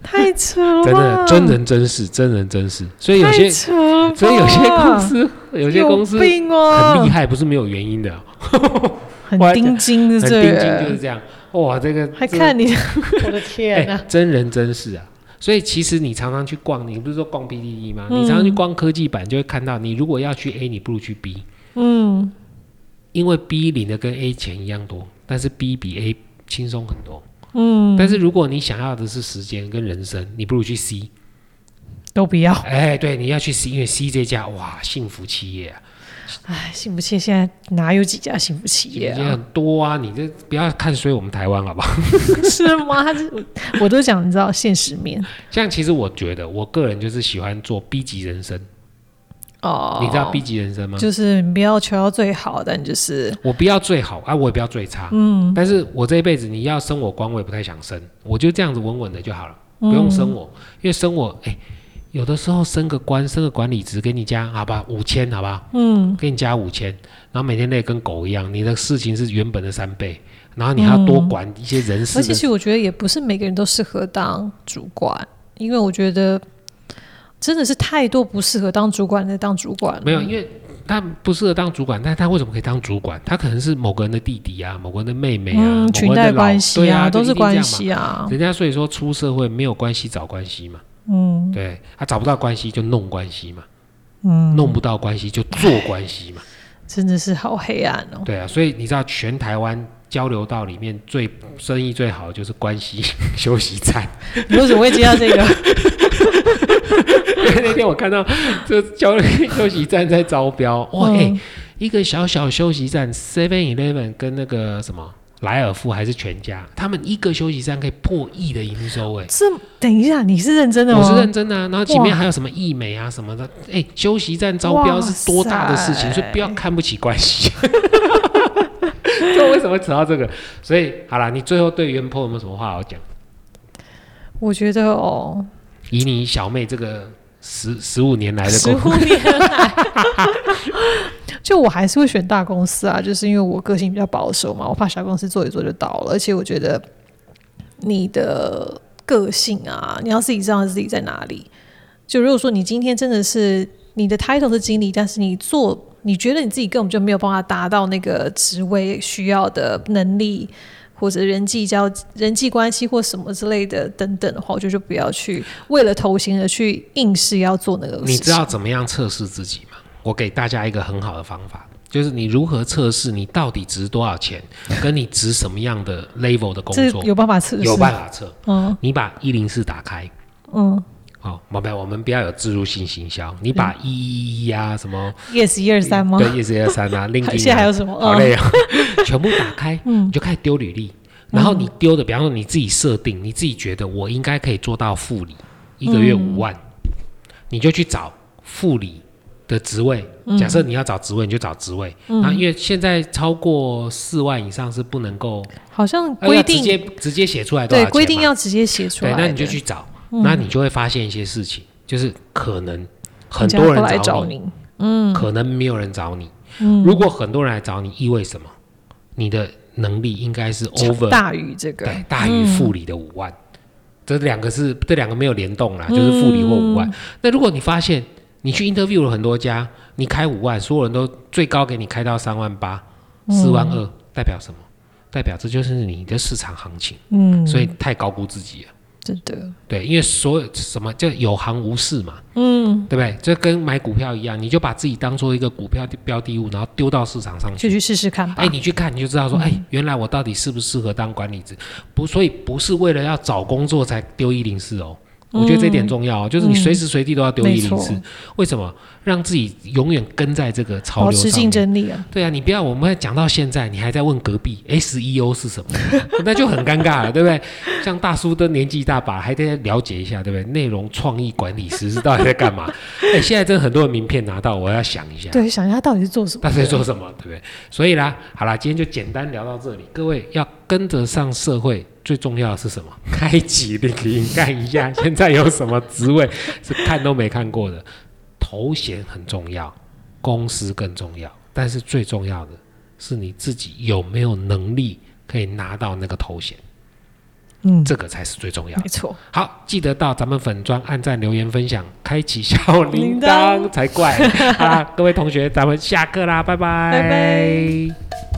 Speaker 2: 太扯了
Speaker 1: 真的
Speaker 2: 吧，
Speaker 1: 真人真事，真人真事。所以有些
Speaker 2: 太，扯了吧，
Speaker 1: 所以有些公司，有些公司
Speaker 2: 有病哦，
Speaker 1: 很厉害，不是没有原因的，
Speaker 2: 很盯金的
Speaker 1: 很
Speaker 2: 这
Speaker 1: 定睛就
Speaker 2: 人
Speaker 1: 是，这样。哇，这个
Speaker 2: 还
Speaker 1: 这个
Speaker 2: 看你，我的
Speaker 1: 哎、
Speaker 2: 天啊！
Speaker 1: 真人真事啊！所以其实你常常去逛，你不是说逛 PDD 吗？
Speaker 2: 嗯
Speaker 1: 你常常去逛科技版，就会看到，你如果要去 A，你不如去 B，
Speaker 2: 嗯，
Speaker 1: 因为 B 领的跟 A 钱一样多，但是 B 比 A 轻松很多。
Speaker 2: 嗯，
Speaker 1: 但是如果你想要的是时间跟人生，你不如去 C。
Speaker 2: 都不要。
Speaker 1: 哎，对，你要去 C，因为 C 这家哇，幸福企业啊，
Speaker 2: 哎，幸福企业现在哪有几家幸福企业
Speaker 1: 也
Speaker 2: 啊？
Speaker 1: 很多啊。你这不要看衰我们台湾，好不好？ [LAUGHS]
Speaker 2: 是吗？他是 [LAUGHS] 我都讲，你知道现实面
Speaker 1: 像其实我觉得，我个人就是喜欢做 B 级人生。
Speaker 2: 哦。
Speaker 1: 你知道 B 级人生吗？
Speaker 2: 就是你不要求到最好，但就是
Speaker 1: 我不要最好啊，我也不要最差，嗯，但是我这一辈子你要升我官，我也不太想升，我就这样子稳稳的就好了，
Speaker 2: 嗯
Speaker 1: 不用升我，因为升我，哎、有的时候升个官，升个管理职，给你加好吧，五千，好吧，嗯，给你加五千，然后每天累得跟狗一样，你的事情是原本的三倍，然后你还要多管一些人事
Speaker 2: 而且
Speaker 1: 的
Speaker 2: 其
Speaker 1: 事，
Speaker 2: 实我觉得也不是每个人都适合当主管，因为我觉得真的是太多不适合当主管的当主管了。嗯
Speaker 1: 没有，因为他不适合当主管，但他为什么可以当主管？他可能是某个人的弟弟啊，某个人的妹妹啊，某
Speaker 2: 嗯，
Speaker 1: 个人
Speaker 2: 裙
Speaker 1: 的
Speaker 2: 带
Speaker 1: 老
Speaker 2: 关系
Speaker 1: 对啊，
Speaker 2: 都
Speaker 1: 就是一定这样
Speaker 2: 关
Speaker 1: 嘛
Speaker 2: 系啊。
Speaker 1: 人家所以说出社会没有关系找关系嘛，嗯，对他找不到关系就弄关系嘛，嗯，弄不到关系就做关系嘛，
Speaker 2: [LAUGHS] 真的是好黑暗哦！ [LAUGHS]
Speaker 1: 对啊，所以你知道全台湾交流道里面最生意最好的就是关系 [LAUGHS] 休息站。 [LAUGHS]
Speaker 2: 你为什么会接到这个？
Speaker 1: 因为那天我看到这交流休息站在招标，哇，
Speaker 2: 嗯
Speaker 1: 哎、一个小小休息站 Seven Eleven 跟那个什么莱尔富还是全家，他们一个休息站可以破亿的营收、哎。
Speaker 2: 这等一下，你是认真的吗？哦
Speaker 1: 我是认真的、啊，然后前面
Speaker 2: 哇
Speaker 1: 还有什么艺美啊什么的，哎、休息站招标是多大的事情，
Speaker 2: 哇塞
Speaker 1: 所以不要看不起关
Speaker 2: [LAUGHS]
Speaker 1: 系。 [LAUGHS] 这为什么扯到这个？所以好啦，你最后对袁坡有没有什么话好讲？
Speaker 2: 我觉得哦，
Speaker 1: 以你小妹这个十十五年来的
Speaker 2: 十
Speaker 1: 工
Speaker 2: 五年来， [LAUGHS] 就我还是会选大公司啊，就是因为我个性比较保守嘛，我怕小公司做一做就倒了，而且我觉得你的个性啊，你要自己知道自己在哪里。就如果说你今天真的是你的 title 是经理，但是你做你觉得你自己根本就没有办法达到那个职位需要的能力。或者人际交人际关系或什么之类的等等的话，我觉得就不要去为了头衔而去硬是要做那个事情。
Speaker 1: 你知道怎么样测试自己吗？我给大家一个很好的方法，就是你如何测试你到底值多少钱，跟你值什么样的 level 的工
Speaker 2: 这
Speaker 1: 作，
Speaker 2: 有办法测试，
Speaker 1: 有办法测。
Speaker 2: 嗯
Speaker 1: 你把一零四打开，
Speaker 2: 嗯
Speaker 1: 好、哦，没有，我们不要有植入性行销。你把一一一啊，什么
Speaker 2: ，yes 一二三吗？
Speaker 1: 对，一四二三
Speaker 2: [LAUGHS]
Speaker 1: 啊
Speaker 2: 还现
Speaker 1: ，LinkedIn
Speaker 2: 在还
Speaker 1: 啊 [LAUGHS]
Speaker 2: 有，什么？
Speaker 1: 好
Speaker 2: 嗯，
Speaker 1: 累哦，全部打开，你就开始丢履历。然后你丢的，比方说你自己设定，你自己觉得我应该可以做到副理，一个月五万，
Speaker 2: 嗯
Speaker 1: 你就去找副理的职位。
Speaker 2: 嗯
Speaker 1: 假设你要找职位，你就找职位。然后因为现在超过四万以上是不能够
Speaker 2: 嗯好像
Speaker 1: 呃要
Speaker 2: 规
Speaker 1: 直接
Speaker 2: 定
Speaker 1: 直接写出来多少
Speaker 2: 对
Speaker 1: 钱
Speaker 2: 规定
Speaker 1: 嘛
Speaker 2: 要直接写出来
Speaker 1: 对，
Speaker 2: 的，嗯
Speaker 1: 那你就去找，那你就会发现一些事情，就是可能很
Speaker 2: 人家
Speaker 1: 多
Speaker 2: 都来
Speaker 1: 人
Speaker 2: 找
Speaker 1: 找
Speaker 2: 你，嗯
Speaker 1: 可能没有人找你。如果很多人来找你，意味什么？你的能力应该是 over
Speaker 2: 大嗯于这个，
Speaker 1: 对大于副理的五万，这两个是这两个没有联动啦，就是副理或五
Speaker 2: 嗯
Speaker 1: 万。那如果你发现你去 interview 了很多家，你开五万，所有人都最高给你开到三万八、四万二，
Speaker 2: 嗯
Speaker 1: 代表什么？代表这就是你的市场行情，
Speaker 2: 嗯，
Speaker 1: 所以太高估自己了。
Speaker 2: 真的，
Speaker 1: 对，因为所有什么叫有行无市嘛，嗯，对不对？这跟买股票一样，你就把自己当做一个股票标的物，然后丢到市场上
Speaker 2: 就
Speaker 1: 去。
Speaker 2: 去嗯试试看吧
Speaker 1: 哎，。你去看你就知道说，哎，原来我到底适不适合当管理职？不，所以不是为了要找工作才丢一零四哦。我觉得这点重要哦，就是你随时随地都要丢
Speaker 2: 嗯没
Speaker 1: 一零四
Speaker 2: 错，
Speaker 1: 为什么？让自己永远跟在这个潮
Speaker 2: 保
Speaker 1: 流上面。
Speaker 2: 持竞争力啊！
Speaker 1: [LAUGHS] 对啊，你不要我们讲到现在，你还在问隔壁 SEO 是什么， [LAUGHS] 那就很尴尬了，对不对？像大叔都年纪大把，还得了解一下，对不对？内容创意管理师是到底在干嘛？哎、现在真的很多的名片拿到，我要想一下，
Speaker 2: 对，想一下他到底是做什么
Speaker 1: 到？底在做什么，对不对？所以啦，好啦，今天就简单聊到这里。各位要跟得上社会，最重要的是什么？ [LAUGHS] 开启 LinkedIn 看一下，现在有什么职位 [LAUGHS] 是看都没看过的。头衔很重要，公司更重要，但是最重要的是你自己有没有能力可以拿到那个头衔。
Speaker 2: 嗯，
Speaker 1: 这个才是最重要的
Speaker 2: 没。错，
Speaker 1: 好，记得到咱们粉专按赞、留言、分享、开启小铃铛
Speaker 2: 铃铛
Speaker 1: 才怪好啦，各位同学，咱们下课啦，拜拜，
Speaker 2: 拜拜。